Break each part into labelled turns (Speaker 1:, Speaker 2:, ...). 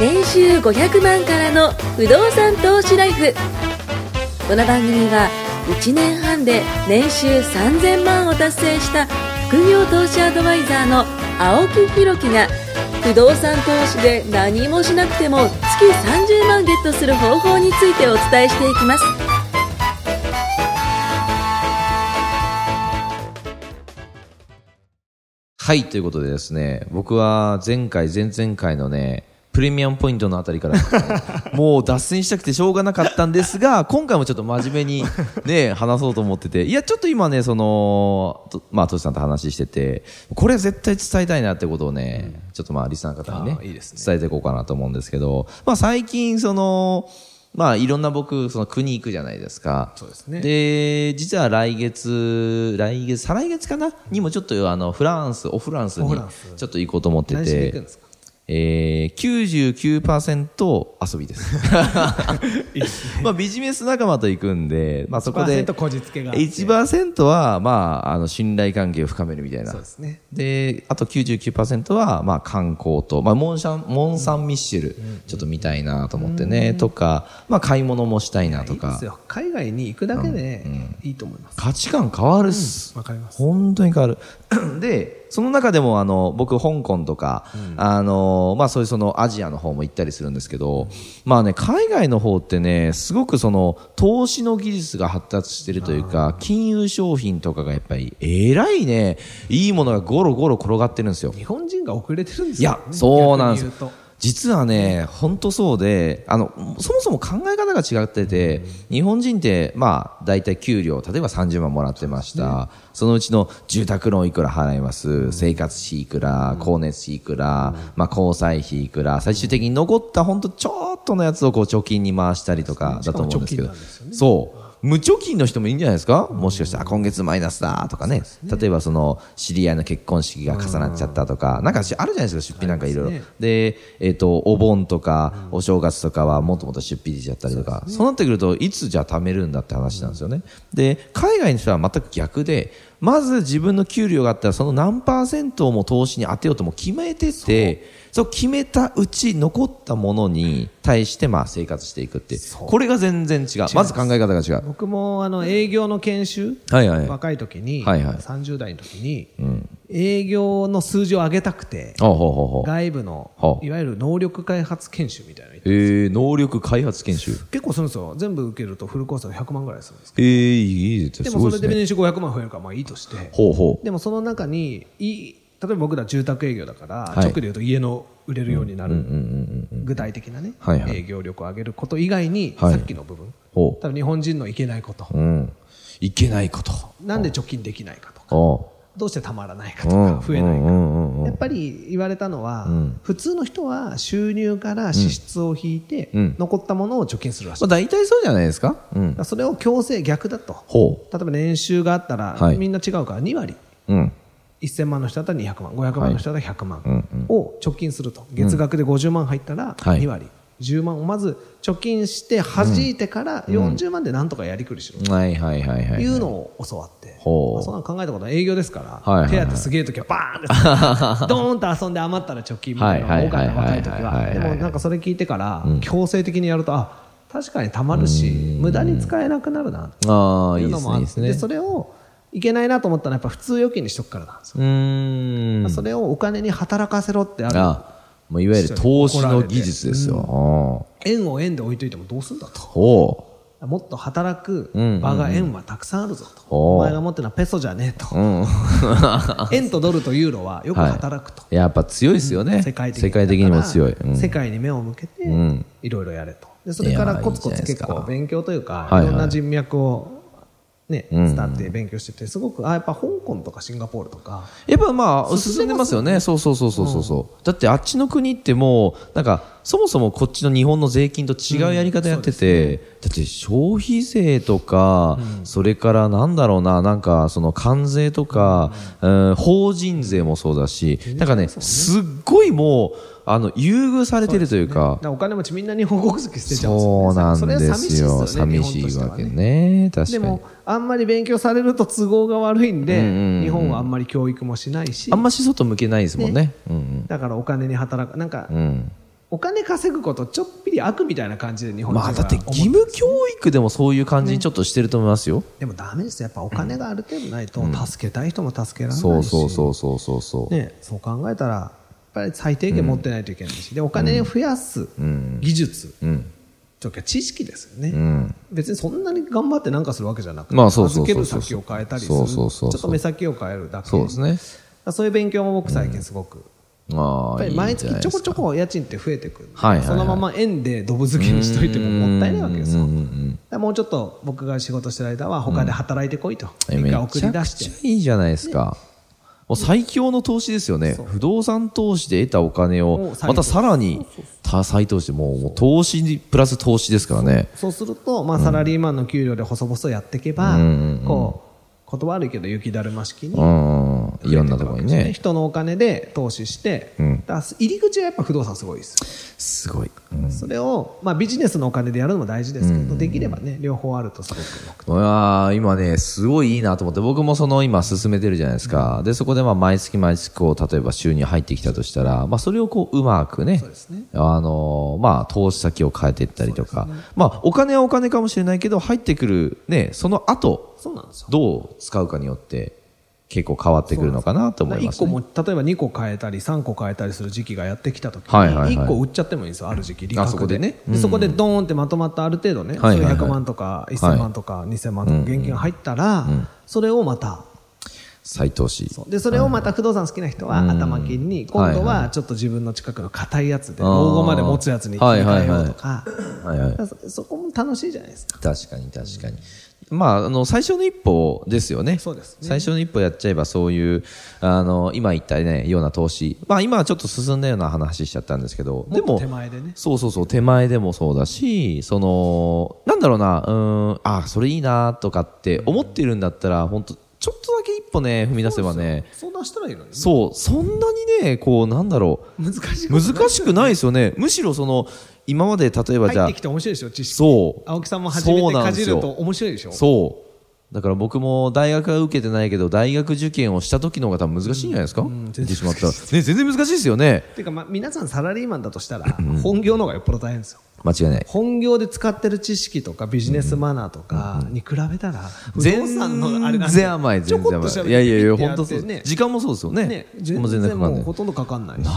Speaker 1: 年収500万からの不動産投資ライフこの番組は1年半で年収3000万を達成した副業投資アドバイザーの青木弘樹が不動産投資で何もしなくても月30万ゲットする方法についてお伝えしていきます
Speaker 2: はい、ということでですね、僕は前回、前々回のね、プレミアムポイントのあたり から、もう脱線したくてしょうがなかったんですが、今回もちょっと真面目にね、話そうと思ってて、いや、ちょっと今ね、その、とまあ、トシさんと話してて、これ絶対伝えたいなってことをね、ちょっとまあ、リスナーの方に
Speaker 3: あ
Speaker 2: ね、
Speaker 3: ーいいですね
Speaker 2: 伝えていこうかなと思うんですけど、まあ、最近、その、まあ、いろんな僕、その国行くじゃないですか。
Speaker 3: そうですね
Speaker 2: で、実は来月、来月、再来月かなにもちょっと、あの、フランス、オフランス
Speaker 3: オフ
Speaker 2: に
Speaker 3: ランス、
Speaker 2: ちょっと行こうと思って
Speaker 3: 何しに行くん
Speaker 2: て
Speaker 3: で、すか
Speaker 2: えー、99%遊びです。 まあ、ビジネス仲間と行くんで、まあ、そこで、
Speaker 3: 1%こじつけがあって
Speaker 2: 1%は、まあ、あの、信頼関係を深めるみたいな
Speaker 3: そう。ですね
Speaker 2: で、あと99%は、まあ、観光と、まあ、モンシャン、モンサンミッシェル、ちょっと見たいなと思ってね、とか、まあ、買い物もしたいなと
Speaker 3: いいで
Speaker 2: か
Speaker 3: す、よ海外に行くだけでいいと思います
Speaker 2: 価値観変わるっす。
Speaker 3: わかります
Speaker 2: 本当に変わる。 で、その中でも、あの、僕、香港とか、あの、まあ、そういうそのアジアの方も行ったりするんですけど、まあね、海外の方ってね、すごくその、投資の技術が発達してるというか、金融商品とかがやっぱり、えらいね、いいものがゴロゴロ転がってるんですよ。
Speaker 3: 日本人が遅れてるんです
Speaker 2: い
Speaker 3: よ
Speaker 2: や
Speaker 3: ね、
Speaker 2: そうなんですよ
Speaker 3: 逆に言うと
Speaker 2: 実はね、本当そうで、あの、そもそも考え方が違ってて、日本人って、まあ、大体給料、例えば30万もらってました。そのうちの住宅ローンいくら払います、生活費いくら、光熱費いくら、まあ、交際費いくら、最終的に残った本当ちょっとのやつをこう貯金に回したりとかだと思うんですけど
Speaker 3: しかも貯金なんですよね、
Speaker 2: そう。無貯金の人もいいんじゃないですか、もしかしたら、あ今月マイナスだとかね。例えば、その、知り合いの結婚式が重なっちゃったとか、なんかしあるじゃないですか、出費なんかいろいろ
Speaker 3: ありま。
Speaker 2: で、えっ、と、お盆とか、お正月とかはもっともっと出費出ちゃったりとか、そうなってくると、いつじゃあ貯めるんだって話なんですよね。で、海外の人は全く逆で、まず自分の給料があったら、その何パーセントをもう投資に当てようともう決めてて、そう決めたうち残ったものに対して、まあ生活していくっていう。これが全然違う。まず考え方が違う。
Speaker 3: 僕もあの営業の研修、
Speaker 2: はいはい
Speaker 3: 若い時に、
Speaker 2: はいはい
Speaker 3: 30代の時に、営業の数字を上げたくて、
Speaker 2: あほうほうほう。
Speaker 3: 外部の
Speaker 2: ほう
Speaker 3: いわゆる能力開発研修みたいなのに
Speaker 2: えー、能力開発研修。
Speaker 3: 結構するんですよ全部受けるとフルコースで100万ぐらいするんです
Speaker 2: えー、いいです
Speaker 3: で
Speaker 2: ね。す
Speaker 3: も
Speaker 2: ご
Speaker 3: そ
Speaker 2: い
Speaker 3: れで
Speaker 2: ですね。
Speaker 3: 年収500万増えるからまあいいとして
Speaker 2: ほうほう。
Speaker 3: でもその中にいい例えば僕ら住宅営業だから、
Speaker 2: い
Speaker 3: 直で言うと家の売れるようになる、具体的なね、
Speaker 2: はいはい
Speaker 3: 営業力を上げること以外に、
Speaker 2: はい
Speaker 3: さっきの部分
Speaker 2: ほう
Speaker 3: 多分日本人のいけないこと、
Speaker 2: うん。いけないこと。
Speaker 3: なんで貯金できないかとか
Speaker 2: おう
Speaker 3: どうしてたまらないかと
Speaker 2: うん
Speaker 3: か増えない
Speaker 2: うん
Speaker 3: か、
Speaker 2: うんうん
Speaker 3: やっぱり言われたのは、
Speaker 2: ん
Speaker 3: 普通の人は収入から支出を引いて、
Speaker 2: うん
Speaker 3: 残ったものを貯金するらしい、
Speaker 2: まあ、大体そうじゃないですか。う
Speaker 3: だ
Speaker 2: ん
Speaker 3: か。らそれを強制逆だと
Speaker 2: ほ
Speaker 3: 例えば年収があったら、
Speaker 2: はい
Speaker 3: みんな違うから2割
Speaker 2: う。うん。
Speaker 3: 1000万の人だったら200万500万の人だったら100
Speaker 2: うん
Speaker 3: 万を貯金すると月額で50万入ったら
Speaker 2: はい
Speaker 3: 2割、10万をまず貯金して弾いてから40万でなんとかやりくりしろ
Speaker 2: はいはいはいは
Speaker 3: と
Speaker 2: い。
Speaker 3: いうのを教わって、
Speaker 2: ほう
Speaker 3: まあそんなの考えたことは営業ですか
Speaker 2: はい
Speaker 3: ら
Speaker 2: はいは
Speaker 3: 手
Speaker 2: い
Speaker 3: 当てすげえ時はバーンって ドーンと遊んで余ったら貯金みたいなのが多
Speaker 2: は
Speaker 3: かった
Speaker 2: いは
Speaker 3: 若
Speaker 2: い
Speaker 3: い時
Speaker 2: はいはいはいは
Speaker 3: はいでもなんかそれ聞いてから強制的にやるとあ確かにたまるし無駄に使えなくなるなって
Speaker 2: ああ、
Speaker 3: い
Speaker 2: いうい
Speaker 3: の
Speaker 2: です
Speaker 3: も
Speaker 2: ね。
Speaker 3: あ
Speaker 2: いいで
Speaker 3: って
Speaker 2: すね。
Speaker 3: それをいけないなと思ったのはやっぱ普通預金にしとくからなんですよ
Speaker 2: うーん。
Speaker 3: それをお金に働かせろってある
Speaker 2: あ、もういわゆる投資の技術ですよ。うん
Speaker 3: 円を円で置いといてもどうすんだと
Speaker 2: ほ
Speaker 3: もっと働く
Speaker 2: ん
Speaker 3: 場が円はたくさんあるぞと、
Speaker 2: ほう
Speaker 3: お前が持ってるのはペソじゃねえと、
Speaker 2: う。うん。
Speaker 3: 円とドルとユーロはよく
Speaker 2: はい
Speaker 3: 働くと、
Speaker 2: やっぱ強いですよね。
Speaker 3: 世界的
Speaker 2: 世界的にも強い。
Speaker 3: だか
Speaker 2: う
Speaker 3: ら世
Speaker 2: ん。
Speaker 3: 界に目を向けて
Speaker 2: ん
Speaker 3: いろいろやれとでそれからコツコツ
Speaker 2: いやーいい
Speaker 3: 結
Speaker 2: じゃないです
Speaker 3: 構
Speaker 2: か
Speaker 3: 勉強というか
Speaker 2: いはい
Speaker 3: いろんな人脈をね伝って勉強しててすごくあやっぱ香港とかシンガポールとか
Speaker 2: やっぱまあ、進んでますよね。そうそうそうそうそうそう。だってあっちの国ってもう、なんか、そもそもこっちの日本の税金と違うやり方やってて、だって消費税とか、それからなんだろうな、なんかその関税とか、うん法人税もそうだし、なんかね、すっごいもう、あの、優遇されてるという
Speaker 3: だ
Speaker 2: か
Speaker 3: か、らお金持ちみんな日本国籍捨てちゃうんですよ
Speaker 2: そ
Speaker 3: ね
Speaker 2: うなんですよ。
Speaker 3: それは
Speaker 2: 寂
Speaker 3: 寂しい
Speaker 2: し
Speaker 3: です
Speaker 2: い
Speaker 3: よね日本としては
Speaker 2: わけ
Speaker 3: ね
Speaker 2: ね。確か
Speaker 3: で
Speaker 2: に。
Speaker 3: もあんまり勉強されると都合が悪いんで、
Speaker 2: うんうんうん
Speaker 3: 日本はあんまり教育もしないし
Speaker 2: あんまし外向けないですもんね。うんうん
Speaker 3: だからお金に働くなんか、
Speaker 2: うん
Speaker 3: お金稼ぐことちょっぴり悪みたいな感じで日本人
Speaker 2: ま
Speaker 3: は
Speaker 2: あ
Speaker 3: 思
Speaker 2: だって
Speaker 3: ます
Speaker 2: 義務教育でもそういう感じにちょっとしてると思いますよ。
Speaker 3: でもダメですよやっぱお金がある程度ないと助けたい人も助けられないし、
Speaker 2: そうそうそうそうそうそう。
Speaker 3: ね、そう考えたらやっぱり最低限持ってないといけないし、でお金を増やす
Speaker 2: ん
Speaker 3: 技術、
Speaker 2: うん。
Speaker 3: とか知識ですよね、
Speaker 2: うん。
Speaker 3: 別にそんなに頑張って何かするわけじゃなくて、
Speaker 2: まあそうそう
Speaker 3: 預け
Speaker 2: そう
Speaker 3: る
Speaker 2: そう
Speaker 3: 先を変えたりする
Speaker 2: そうそうそうそう
Speaker 3: ちょっと目先を変えるだけ
Speaker 2: そうですね。
Speaker 3: そういう勉強も僕最近すごく、
Speaker 2: あ
Speaker 3: やっ
Speaker 2: あ、
Speaker 3: ぱり毎月ちょこちょ
Speaker 2: こ。
Speaker 3: こ家賃って増えてくるんで、
Speaker 2: はいはいはい
Speaker 3: そのまま円でドブ漬けにしといてももったいないわけですよ、
Speaker 2: うんうん
Speaker 3: だからもうちょっと僕が仕事してる間は他で働いてこいと、
Speaker 2: うん。
Speaker 3: 一
Speaker 2: め
Speaker 3: 回送
Speaker 2: ち
Speaker 3: り
Speaker 2: ゃ
Speaker 3: 出
Speaker 2: く
Speaker 3: して
Speaker 2: ちゃいいじゃないですか。もう最強の投資ですよね。不動産投資で得たお金
Speaker 3: も
Speaker 2: を
Speaker 3: う、再投資
Speaker 2: またさらにた再投資、もうもう投資にプラス投資ですからね。
Speaker 3: そうすると、まあ、サラリーマンの給料で細々やっていけば、こう断るけど雪だるま式に、
Speaker 2: うんうん。いろんなところにね。
Speaker 3: 人のお金で投資して、
Speaker 2: うん
Speaker 3: だから入り口はやっぱ不動産すごいです、
Speaker 2: すごい。うん
Speaker 3: それを、まあ、ビジネスのお金でやるのも大事ですけど、できればね両方あるとすごく僕
Speaker 2: うわー今ね、すごいいいなと思って、僕もその今進めてるじゃないですか。で、そこでまあ毎月毎月こう、例えば収入入ってきたとしたら、まあそれをこう、うまくね、あのーまあ投資先を変えていったりとか、まあお金はお金かもしれないけど、入ってくるね、その後、
Speaker 3: そうなんですよ
Speaker 2: どう使うかによって、結構変わってくるのかなと思いま
Speaker 3: 1
Speaker 2: す
Speaker 3: 個
Speaker 2: ね。
Speaker 3: も例えば2個変えたり3個変えたりする時期がやってきた時に
Speaker 2: はいはいはい
Speaker 3: 1個売っちゃってもいいんですよある時期利
Speaker 2: あ
Speaker 3: 確
Speaker 2: そこでね
Speaker 3: でそこでドーンってまとまったある程度ね
Speaker 2: はいはいはい
Speaker 3: 数百万とか1000万とか2000万とか現金が入ったらそれをまた
Speaker 2: 再投資。
Speaker 3: そうでそれをまた不動産好きな人は頭金に今度はちょっと自分の近くの硬いやつで
Speaker 2: あー
Speaker 3: 老後まで持つやつに切り替えようとか
Speaker 2: はいはい
Speaker 3: だ。からそそこも楽しいじゃないですか
Speaker 2: 確かに確かに、まああの最初の一歩ですよね
Speaker 3: そうですね
Speaker 2: 最初の一歩やっちゃえばそういうあの今言った、ね、ような投資、まあ、今はちょっと進んだような話しちゃったんですけどで
Speaker 3: も
Speaker 2: も
Speaker 3: っと手前でね
Speaker 2: そうそうそう手前でもそうだしそのなんだろうなうーんあそれいいなとかって思ってるんだったら本当ちょっとだけ一歩ね踏み出せばね
Speaker 3: 相談したらいいのに
Speaker 2: そうそんなにねこうなんだろう
Speaker 3: 難しいことない
Speaker 2: 難しくないですよねむしろその今まで例えばじゃ
Speaker 3: 入っ
Speaker 2: あ
Speaker 3: てきて面白いですよ知識
Speaker 2: そう
Speaker 3: 青木さんも初め
Speaker 2: そう
Speaker 3: て
Speaker 2: な
Speaker 3: か
Speaker 2: んで
Speaker 3: じ
Speaker 2: すよ
Speaker 3: ると面白いでしょ
Speaker 2: そう。だから僕も大学は受けてないけど、大学受験をした時の方が多分難しいんじゃないですか、
Speaker 3: ん
Speaker 2: 言ってしまったら。ね、全然難しいですよね。
Speaker 3: ていうか、まあ、皆さんサラリーマンだとしたら本業の方がよっぽど大変ですよ
Speaker 2: 間違いない。
Speaker 3: 本業で使ってる知識とかビジネスマナーとかに比べたら不動産のあれな
Speaker 2: 全
Speaker 3: んて
Speaker 2: 然甘い、
Speaker 3: ちょ
Speaker 2: 全
Speaker 3: こ
Speaker 2: 然
Speaker 3: っとし
Speaker 2: 甘
Speaker 3: ゃ
Speaker 2: い。いやいやいや、
Speaker 3: ピッて
Speaker 2: 本当そう。
Speaker 3: やってね
Speaker 2: 時間もそうですよね。
Speaker 3: ね
Speaker 2: もう
Speaker 3: 全
Speaker 2: 全然か
Speaker 3: 然
Speaker 2: かん
Speaker 3: も
Speaker 2: な
Speaker 3: う
Speaker 2: い。
Speaker 3: ほとんどかかんない
Speaker 2: なん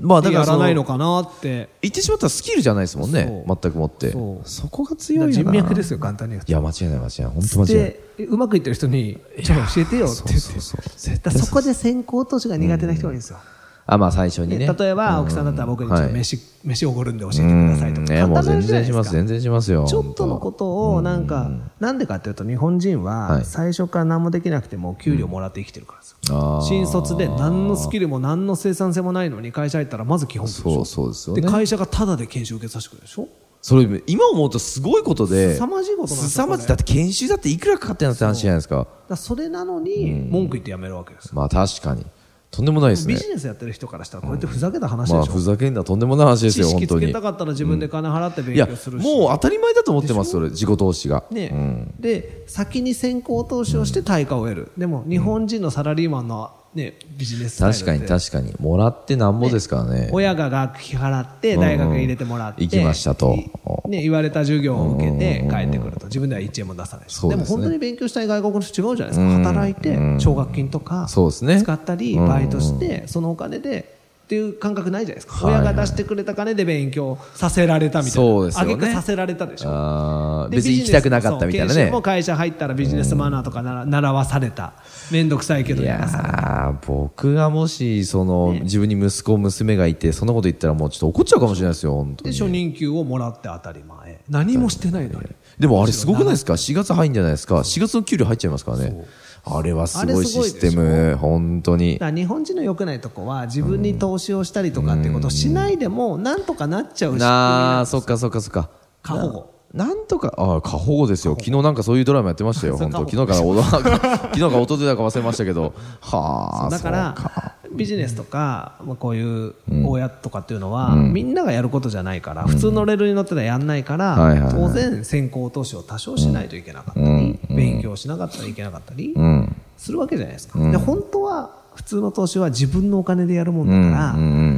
Speaker 2: まあだ
Speaker 3: で
Speaker 2: から
Speaker 3: や
Speaker 2: そ
Speaker 3: ら
Speaker 2: の
Speaker 3: ないのかなって
Speaker 2: 言ってしまったらスキルじゃないですもんね。
Speaker 3: そ
Speaker 2: 全くもって。
Speaker 3: そ
Speaker 2: そうこが強いよな
Speaker 3: 人脈ですよ簡単に言う
Speaker 2: い
Speaker 3: と
Speaker 2: や、間違いない、間違いない。本当間違いない。
Speaker 3: でうまくいってる人にじゃあ教えてよって
Speaker 2: そう
Speaker 3: 言っ
Speaker 2: そ
Speaker 3: て
Speaker 2: うそう。絶対
Speaker 3: だから
Speaker 2: そう
Speaker 3: そこで先行投資が苦手な人が多いんですよ
Speaker 2: あ、まあ最初にね。
Speaker 3: ね例えば青木さんだったら僕にちょっと
Speaker 2: はい
Speaker 3: 飯飯おごるんで教えて
Speaker 2: う
Speaker 3: くださいと
Speaker 2: ん、
Speaker 3: か
Speaker 2: ね、もう
Speaker 3: 簡単な
Speaker 2: 全
Speaker 3: 話じゃ
Speaker 2: 然
Speaker 3: ない
Speaker 2: し
Speaker 3: です
Speaker 2: ま
Speaker 3: か
Speaker 2: す、全然しますよ。
Speaker 3: ちょっとの
Speaker 2: 本当
Speaker 3: ことをなんか、なんでかっていうと日本人
Speaker 2: は
Speaker 3: はい最初から何もできなくても給料もらって生きてるからですよ、
Speaker 2: あー
Speaker 3: 新卒で何のスキルも何の生産性もないのに会社入ったらまず基本給でし
Speaker 2: そ
Speaker 3: ょ
Speaker 2: うそうですよ
Speaker 3: で
Speaker 2: ね。
Speaker 3: 会社がタダで研修受けさせてくれるでしょ
Speaker 2: それ今思うとすごいことで、
Speaker 3: 凄まじいことなんですよ
Speaker 2: 凄まじい
Speaker 3: これ
Speaker 2: だって研修だっていくらかかってんのって話じゃないですか。
Speaker 3: だからそれなのに文句言って辞めるわけですよ、
Speaker 2: まあ確かにとんでもないです
Speaker 3: ビ
Speaker 2: ね。
Speaker 3: ジネスやってる人からしたらこれってふざけた話で
Speaker 2: まあ
Speaker 3: しょ、
Speaker 2: ふざけんなとんでもない話です
Speaker 3: 知
Speaker 2: よ本
Speaker 3: 識
Speaker 2: 当
Speaker 3: つ
Speaker 2: に。
Speaker 3: け
Speaker 2: い
Speaker 3: たかったら自分で金払って勉
Speaker 2: や
Speaker 3: 強するし、
Speaker 2: もう当たり前だと思ってますそれ自己投資が。
Speaker 3: ねで先に先行投資をして対価を得る、でも日本人のサラリーマンの、ね、ビジネススタイルって
Speaker 2: 確かに確かにもらってなんぼですからね。
Speaker 3: 親が学費払って大学に入れてもらって、
Speaker 2: 行きましたと
Speaker 3: いね、言われた授業を受けて帰ってくると自分では1円も出さないし
Speaker 2: そう
Speaker 3: で
Speaker 2: です
Speaker 3: も
Speaker 2: ね
Speaker 3: 本当に勉強したい外国の人違うじゃないですか働いて奨学金とか
Speaker 2: そうですね
Speaker 3: 使ったりバイトしてそのお金でっていう感覚ないじゃないですか
Speaker 2: はい
Speaker 3: 親
Speaker 2: はい
Speaker 3: が出してくれた金で勉強させられたみたいな
Speaker 2: そうですよね
Speaker 3: 挙句させられたでしょ
Speaker 2: あー
Speaker 3: で
Speaker 2: 別に行きたくなかったみたいな
Speaker 3: ビジネ
Speaker 2: ね
Speaker 3: スそう研修も。会社入ったらビジネスマナーとかなら習わされた面倒くさいけど
Speaker 2: い
Speaker 3: やらされた
Speaker 2: やー僕がもしその、自分に息子娘がいてそんなこと言ったらもうちょっと怒っちゃうかもしれないですよ本当
Speaker 3: で
Speaker 2: に。
Speaker 3: 初任給をもらって当たり前何もしてないのに
Speaker 2: でもあれすごくないですか4月入んじゃないですか4月の給料入っちゃいますからねあれはすごいシステ
Speaker 3: あれすごい
Speaker 2: ム本当に
Speaker 3: だから日本人の良くないとこは自分に投資をしたりとかっていうことをしないでもなんとかなっちゃう仕組み
Speaker 2: な
Speaker 3: な
Speaker 2: あ
Speaker 3: んです
Speaker 2: そっかそっかそっか
Speaker 3: 過保護
Speaker 2: なんとかああ過保護ですよ昨日なんかそういうドラマやってましたよ
Speaker 3: そう
Speaker 2: 本当
Speaker 3: 過
Speaker 2: 昨日からお 昨日か一昨日だか忘れましたけどはあ
Speaker 3: だか
Speaker 2: そう
Speaker 3: らビジネスとかまあこういう親とかっていうのはみんながやることじゃないから普通のレールに乗ってたらやんないか
Speaker 2: はいはいは
Speaker 3: ら
Speaker 2: い
Speaker 3: 当然先行投資を多少しないといけなかったり勉強しなかったらいけなかったり
Speaker 2: うん
Speaker 3: するわけじゃないですかで本当は普通の投資は自分のお金でやるもんだか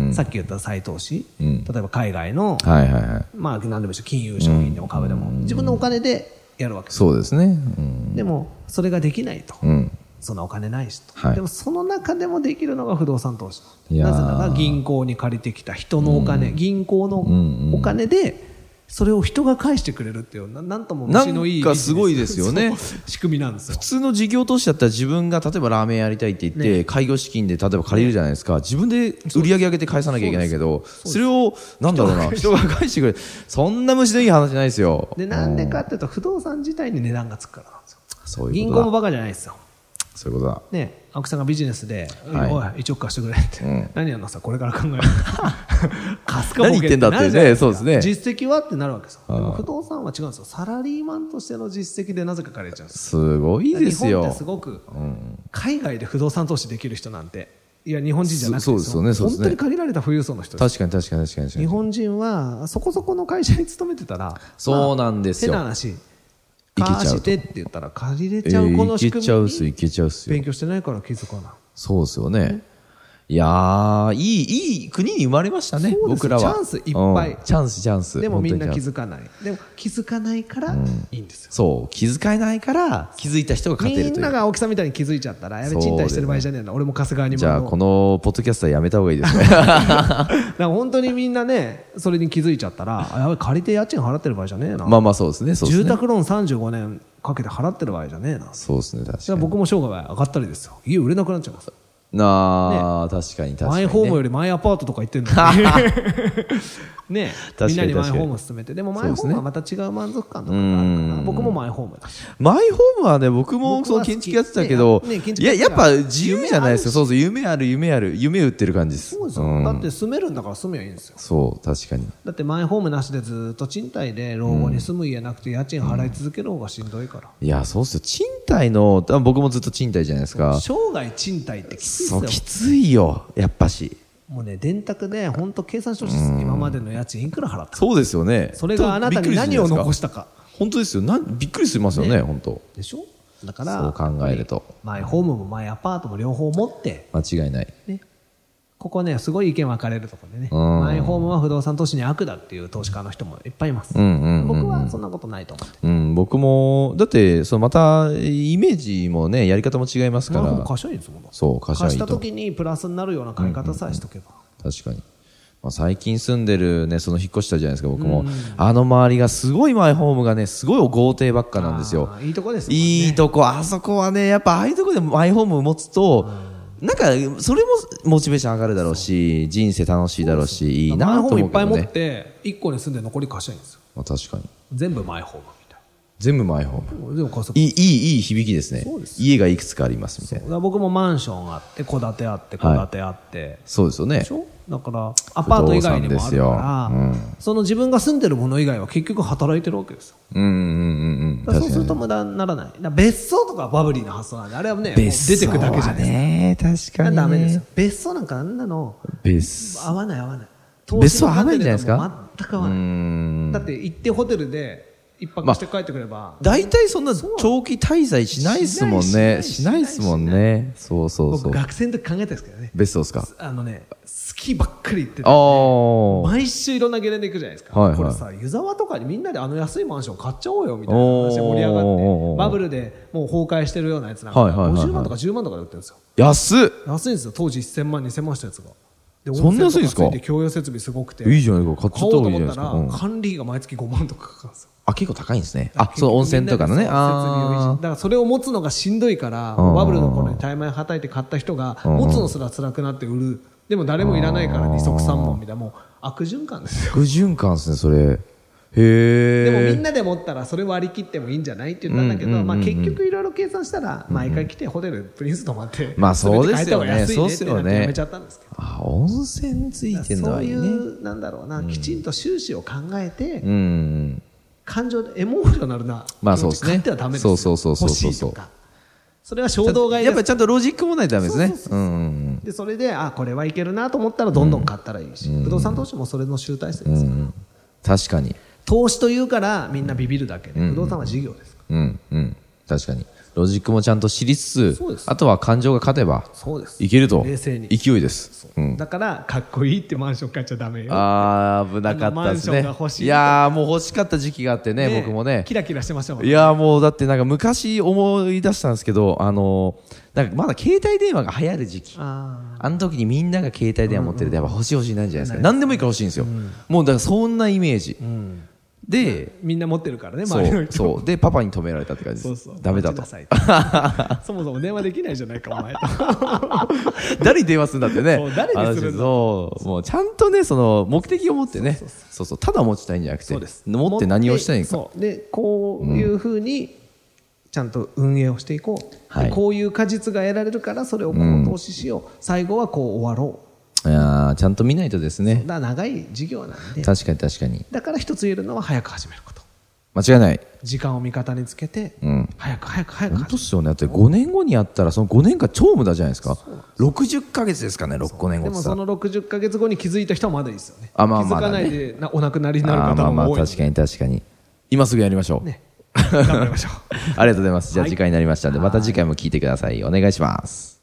Speaker 3: らさっき言った再投資、
Speaker 2: ん
Speaker 3: 例えば海外の、
Speaker 2: はいはいはい。
Speaker 3: まあ、何でもいいし金融商品でも株でも、自分のお金でやるわけです、
Speaker 2: そうですね。うん。
Speaker 3: でもそれができないと、
Speaker 2: うん。
Speaker 3: そんなお金ないしと、
Speaker 2: はい
Speaker 3: でもその中でもできるのが不動産投資
Speaker 2: いやー
Speaker 3: なぜなら銀行に借りてきた人のお金、銀行
Speaker 2: ん
Speaker 3: のお金でそれを人が返してくれるっていうななんとも
Speaker 2: なんか
Speaker 3: 虫のいいビジネス
Speaker 2: すごいですよね
Speaker 3: そう仕組みなんですよ
Speaker 2: 普通の事業投資だったら自分が例えばラーメンやりたいって言って、開業資金で例えば借りるじゃないですか自分で売り上げ上げて返さなきゃいけないけどそれをなんだろうな人が返してくれるそんな虫のいい話じゃないですよ
Speaker 3: でなんでかっていうと不動産自体に値段がつくからなんですよ
Speaker 2: そういう
Speaker 3: 銀
Speaker 2: こ
Speaker 3: 行
Speaker 2: と
Speaker 3: も
Speaker 2: だ
Speaker 3: バカじゃないですよ
Speaker 2: そういうことだ
Speaker 3: ね、青木さんがビジネスで、
Speaker 2: はい
Speaker 3: おい、1億貸してくれって、
Speaker 2: うん
Speaker 3: 何やんのさ、これから考え る貸すか
Speaker 2: 何
Speaker 3: ボ
Speaker 2: 言
Speaker 3: ケ
Speaker 2: ってんだってね
Speaker 3: なるじゃないか
Speaker 2: そうですね
Speaker 3: 実績はってなるわけですよ。で
Speaker 2: あ
Speaker 3: も
Speaker 2: あ
Speaker 3: 不動産は違うんですよ。サラリーマンとしての実績でなぜか借りちゃうんです。
Speaker 2: すごいです
Speaker 3: 日
Speaker 2: よ
Speaker 3: 本ってすごく、
Speaker 2: うん
Speaker 3: 海外で不動産投資できる人なんて、いや、日本人じゃなくて、
Speaker 2: そうそうですよねそうですね
Speaker 3: 本当に限られた富裕層の人です。
Speaker 2: 確かに確かに確かに確か
Speaker 3: 日
Speaker 2: に
Speaker 3: 本人は、そこそこの会社に勤めてたら、
Speaker 2: そうなんですよ
Speaker 3: まあ手な話、
Speaker 2: いけちゃうと
Speaker 3: 貸してって言ったら借りれ
Speaker 2: え
Speaker 3: ちゃう、こ
Speaker 2: ー
Speaker 3: の
Speaker 2: い
Speaker 3: 仕
Speaker 2: け
Speaker 3: 組
Speaker 2: ちゃうっす
Speaker 3: み
Speaker 2: い
Speaker 3: に
Speaker 2: けちゃうっすよ
Speaker 3: 勉強してないから気づかない。
Speaker 2: そうですよねいやーいいいい国に生まれましたね
Speaker 3: そうで
Speaker 2: 僕
Speaker 3: す
Speaker 2: らは
Speaker 3: チャンスいっぱい
Speaker 2: うんチャンスチャンス
Speaker 3: でもみんな気
Speaker 2: 本当にチャンス
Speaker 3: づかない。でも気づかないからいいんですよ。
Speaker 2: そう気遣えないから気づいた人が勝てる
Speaker 3: み
Speaker 2: と
Speaker 3: ん
Speaker 2: いう
Speaker 3: なが青木さんみたいに気づいちゃったら、やべ、
Speaker 2: そうだよ
Speaker 3: 賃
Speaker 2: ね
Speaker 3: 貸してる場合じゃねえな、俺も春日にも。
Speaker 2: じゃあこのポッドキャストはやめた方がいいです ね
Speaker 3: だから本当にみんなね、それに気づいちゃったら、あやべ、借りて家賃払ってる場合じゃねえな。
Speaker 2: まあまあそうですねそうです
Speaker 3: 住
Speaker 2: ね
Speaker 3: 宅ローン35年かけて払ってる場合じゃねえな。
Speaker 2: そうですね確
Speaker 3: じ
Speaker 2: か
Speaker 3: ゃあ
Speaker 2: に
Speaker 3: 僕も生涯上がったりですよ。家売れなくなっちゃいます。
Speaker 2: なあ、確かに確か
Speaker 3: マ
Speaker 2: に、
Speaker 3: イ
Speaker 2: ね、
Speaker 3: ホームよりマイアパートとか言ってるの に。ね
Speaker 2: かに
Speaker 3: みんなにマイ
Speaker 2: 確か
Speaker 3: ホ
Speaker 2: に
Speaker 3: ーム進めて。でも
Speaker 2: そう
Speaker 3: マ
Speaker 2: で
Speaker 3: イホ
Speaker 2: す
Speaker 3: ー
Speaker 2: ね
Speaker 3: ムはまた違う満足感とかがあるか
Speaker 2: う
Speaker 3: ら、
Speaker 2: ん
Speaker 3: 僕もマイホームだし。
Speaker 2: マイホームはね僕も
Speaker 3: 僕
Speaker 2: そ
Speaker 3: は
Speaker 2: の
Speaker 3: 好き
Speaker 2: 建築やってたけど、
Speaker 3: ねね建築
Speaker 2: いや
Speaker 3: やって
Speaker 2: やったぱ自由じゃないですかそうそう夢ある夢ある夢売ってる感じです
Speaker 3: そうですよ、
Speaker 2: ん
Speaker 3: だって住めるんだから住めばいいんですよ
Speaker 2: そう確かに
Speaker 3: だってマイホームなしでずっと賃貸で老後に住む家なくて家賃払い続ける方がしんどいから、
Speaker 2: いやそうっすよ賃貸の多分僕もずっと賃貸じゃないですか
Speaker 3: 生涯賃貸ってきつい
Speaker 2: そ
Speaker 3: で
Speaker 2: うき
Speaker 3: すよ
Speaker 2: ついよやっぱし
Speaker 3: もうね電卓で本当計算してほしいです今までの家賃いくら払ったか
Speaker 2: そうですよね
Speaker 3: それがあなたに何を残したたか
Speaker 2: 本当ですよなんびっくりしますよね本当
Speaker 3: でしょだか
Speaker 2: そう
Speaker 3: ら
Speaker 2: 考えると
Speaker 3: マイホームもマイアパートも両方持って
Speaker 2: 間違いない
Speaker 3: ねここねすごい意見分かれるところでね
Speaker 2: うん
Speaker 3: マイホームは不動産投資に悪だっていう投資家の人もいっぱいいます、
Speaker 2: うんうんうんうん
Speaker 3: 僕はそんなことないと思って
Speaker 2: うん、僕も、だって、そのまた、イメージもね、やり方も違いますか
Speaker 3: マイホーム
Speaker 2: ら、
Speaker 3: 貸しゃいいですもんだって
Speaker 2: そう、貸しゃ
Speaker 3: 貸
Speaker 2: いい
Speaker 3: した
Speaker 2: と。
Speaker 3: 時にプラスになるような買い方さえしとけば、
Speaker 2: 確かに。まあ、最近住んでるね、その引っ越したじゃないですか、僕も。あの周りがすごいマイホームがね、すごい豪邸ばっかなんですよ
Speaker 3: あ。ーいいとこですもんね
Speaker 2: いいとこ、あそこはね、やっぱああいうとこでマイホーム持つと、なんか、それもモチベーション上がるだろうし、人生楽しいだろうし、いい
Speaker 3: マイ
Speaker 2: な
Speaker 3: ホ
Speaker 2: と
Speaker 3: ームい
Speaker 2: 思
Speaker 3: っ
Speaker 2: うけ
Speaker 3: ぱい
Speaker 2: ど
Speaker 3: 持っ
Speaker 2: ね。
Speaker 3: て1個に住んで残り貸しゃいいんですよ
Speaker 2: まあ、確かに。
Speaker 3: 全部マイホームみたい
Speaker 2: 全部マイホーム。
Speaker 3: な全部貸す
Speaker 2: いい、いい、いい響きですね
Speaker 3: そうで。す
Speaker 2: 家がいくつかありますみたい
Speaker 3: だ
Speaker 2: な。
Speaker 3: から僕もマンションあって戸建てあって戸
Speaker 2: はい
Speaker 3: 建てあって、
Speaker 2: そうですよね
Speaker 3: でし。ょだからアパート以外にもあるから、
Speaker 2: 不動産で
Speaker 3: その自分が住んでるもの以外は結局働いてるわけですよ
Speaker 2: うんうんうんうんうん。
Speaker 3: だからそ
Speaker 2: 確
Speaker 3: うす
Speaker 2: か
Speaker 3: る
Speaker 2: に。
Speaker 3: と無駄にならないだから別荘とかはバブリーな発想なんであれはねもう出てくだけじゃないですか
Speaker 2: ね。確
Speaker 3: だ
Speaker 2: か
Speaker 3: から
Speaker 2: に。
Speaker 3: ダメですよ。別荘なんかあんなの
Speaker 2: 別
Speaker 3: 合わない合わない
Speaker 2: 別荘合わないんじゃないですか
Speaker 3: 全く合わないだって行ってホテルで一泊して帰ってくれば、
Speaker 2: 大体そんな長期滞在しないですもんね。し
Speaker 3: し
Speaker 2: な
Speaker 3: ないい
Speaker 2: ですもんね。そうそうそ
Speaker 3: 僕
Speaker 2: う。
Speaker 3: 学生の時考えたんですけどね
Speaker 2: 別荘ですか。
Speaker 3: あのねスキーばっかり行って
Speaker 2: あ
Speaker 3: て
Speaker 2: あ。はい
Speaker 3: 毎週いろんなゲレンデ行くじゃないですか、
Speaker 2: はいはい
Speaker 3: これさ湯沢とかにみんなであの安いマンション買っちゃおうよみたいな話で盛り上
Speaker 2: おーおー
Speaker 3: が
Speaker 2: お
Speaker 3: っ
Speaker 2: ー
Speaker 3: てバブルでもう崩壊してるようなやつなんか、
Speaker 2: はいはいはいはい
Speaker 3: 50万とか10万とかで売ってるんですよ
Speaker 2: 安っ
Speaker 3: 安いんですよ当時1000万2000万したやつがで
Speaker 2: そんな安いんですか
Speaker 3: 温泉とつて共用設備すごくて
Speaker 2: いいじゃないか。買っちゃ
Speaker 3: 買
Speaker 2: っ
Speaker 3: お
Speaker 2: た
Speaker 3: う
Speaker 2: 方が
Speaker 3: と
Speaker 2: いいじ
Speaker 3: 思
Speaker 2: ゃないで
Speaker 3: った
Speaker 2: す
Speaker 3: ら、
Speaker 2: か。うん
Speaker 3: 管理費が毎月5万とかかかるんですよ
Speaker 2: あ、結構高いんですね。あ、そう、温泉とかのね。
Speaker 3: 結局みんなでそう設備を維持
Speaker 2: あ
Speaker 3: だからそれを持つのがしんどいから、
Speaker 2: うん
Speaker 3: バブルの頃に大枚はたいて買った人が、
Speaker 2: ん
Speaker 3: 持つのすら辛くなって売る。でも誰もいらないから二足三本みたいな、もう悪循環です
Speaker 2: あ。
Speaker 3: よ。
Speaker 2: 不循環ですね、それ。
Speaker 3: でもみ
Speaker 2: へ
Speaker 3: ん
Speaker 2: え。
Speaker 3: なで持ったらそれ割り切ってもいいんじゃないって言ったんだけ
Speaker 2: う
Speaker 3: ど、
Speaker 2: んうんうんうん
Speaker 3: まあ結局いろいろ計算したら、毎回来てホテルプリンス泊まって、
Speaker 2: まあそうですよね
Speaker 3: 連れて帰った方が安い
Speaker 2: そうです
Speaker 3: ね
Speaker 2: よ
Speaker 3: って
Speaker 2: ね
Speaker 3: なってやめちゃったんですけど。
Speaker 2: あ、温泉ついてんの
Speaker 3: そ
Speaker 2: は
Speaker 3: う
Speaker 2: いい
Speaker 3: い
Speaker 2: ね。うん
Speaker 3: う、なんだろうな、きちんと収支を考えて、
Speaker 2: うん。
Speaker 3: 感情でエモーショナルな
Speaker 2: まあそうですね
Speaker 3: 気持ち買ってはダメですよ
Speaker 2: そうそうそうそうそう
Speaker 3: 欲しいとかそれは衝動買い
Speaker 2: や
Speaker 3: で
Speaker 2: っぱり
Speaker 3: す
Speaker 2: ちゃんとロジックもないとダメですね。うんうんうん。
Speaker 3: でそれであこれはいけるなと思ったらどんどん買ったらいいし、不動産投資もそれの集大成ですから、
Speaker 2: 確かに。
Speaker 3: 投資というからみんなビビるだけで、不動産は事業ですか
Speaker 2: うん、うん。確かに。ロジックもちゃんと知りつつ
Speaker 3: そうです
Speaker 2: あとは感情が勝てば
Speaker 3: そうです
Speaker 2: いけると
Speaker 3: 冷静に
Speaker 2: 勢いです、うん、
Speaker 3: だからかっこいいってマンション買っちゃダメよ
Speaker 2: あー危なかったですね
Speaker 3: あのマンションが欲しい
Speaker 2: いやーもう欲しかった時期があってね僕もね
Speaker 3: キラキラしてましたもん
Speaker 2: いやーもうだってなんか昔思い出したんですけどあのーなんかまだ携帯電話が流行る時期
Speaker 3: あ
Speaker 2: あの時にみんなが携帯電話持ってるとやっぱ欲しい欲しいなんじゃないですか、何でもいいから欲しいんですよ、もうだからそんなイメージ、で、
Speaker 3: ーみんな持ってるからね
Speaker 2: そ
Speaker 3: 周りの
Speaker 2: う
Speaker 3: 人
Speaker 2: そうでパパに止められたって感じですダメだと
Speaker 3: 待ちなさいそもそも電話できないじゃないかお 前と
Speaker 2: 誰に電話するんだってね
Speaker 3: そう誰にするんだ
Speaker 2: あのそうもうちゃんとねその目的を持ってねそうそうただ持ちたいんじゃなくて
Speaker 3: そうです
Speaker 2: 持って何をしたいんか
Speaker 3: そうでこういうふうにちゃんと運営をしていこう、
Speaker 2: はい
Speaker 3: でこういう果実が得られるからそれをこう投資しよう、最後はこう終わろ
Speaker 2: いやーちゃんと見ないとです
Speaker 3: う
Speaker 2: ね
Speaker 3: だから長い事業なんで
Speaker 2: 確かに確かに
Speaker 3: だから一つ言えるのは早く始めること
Speaker 2: 間違いない
Speaker 3: 時間を味方につけて、
Speaker 2: うん
Speaker 3: 早く早く早く
Speaker 2: 本当っすよねだって5年後にやったらその5年間超無駄じゃないですか60ヶ月ですかね6年後
Speaker 3: で
Speaker 2: って
Speaker 3: も
Speaker 2: さ
Speaker 3: その60か月後に気づいた人はまだいいですよね
Speaker 2: あまあまあ
Speaker 3: 気づかないでなお亡くなりになる
Speaker 2: あーま
Speaker 3: 方
Speaker 2: あまあ
Speaker 3: も多いんで
Speaker 2: 確かに確かに今すぐやりましょう、
Speaker 3: ね頑張りましょう
Speaker 2: ありがとうございますじゃあ次回になりましたんで、また次回も聞いてくださいお願いします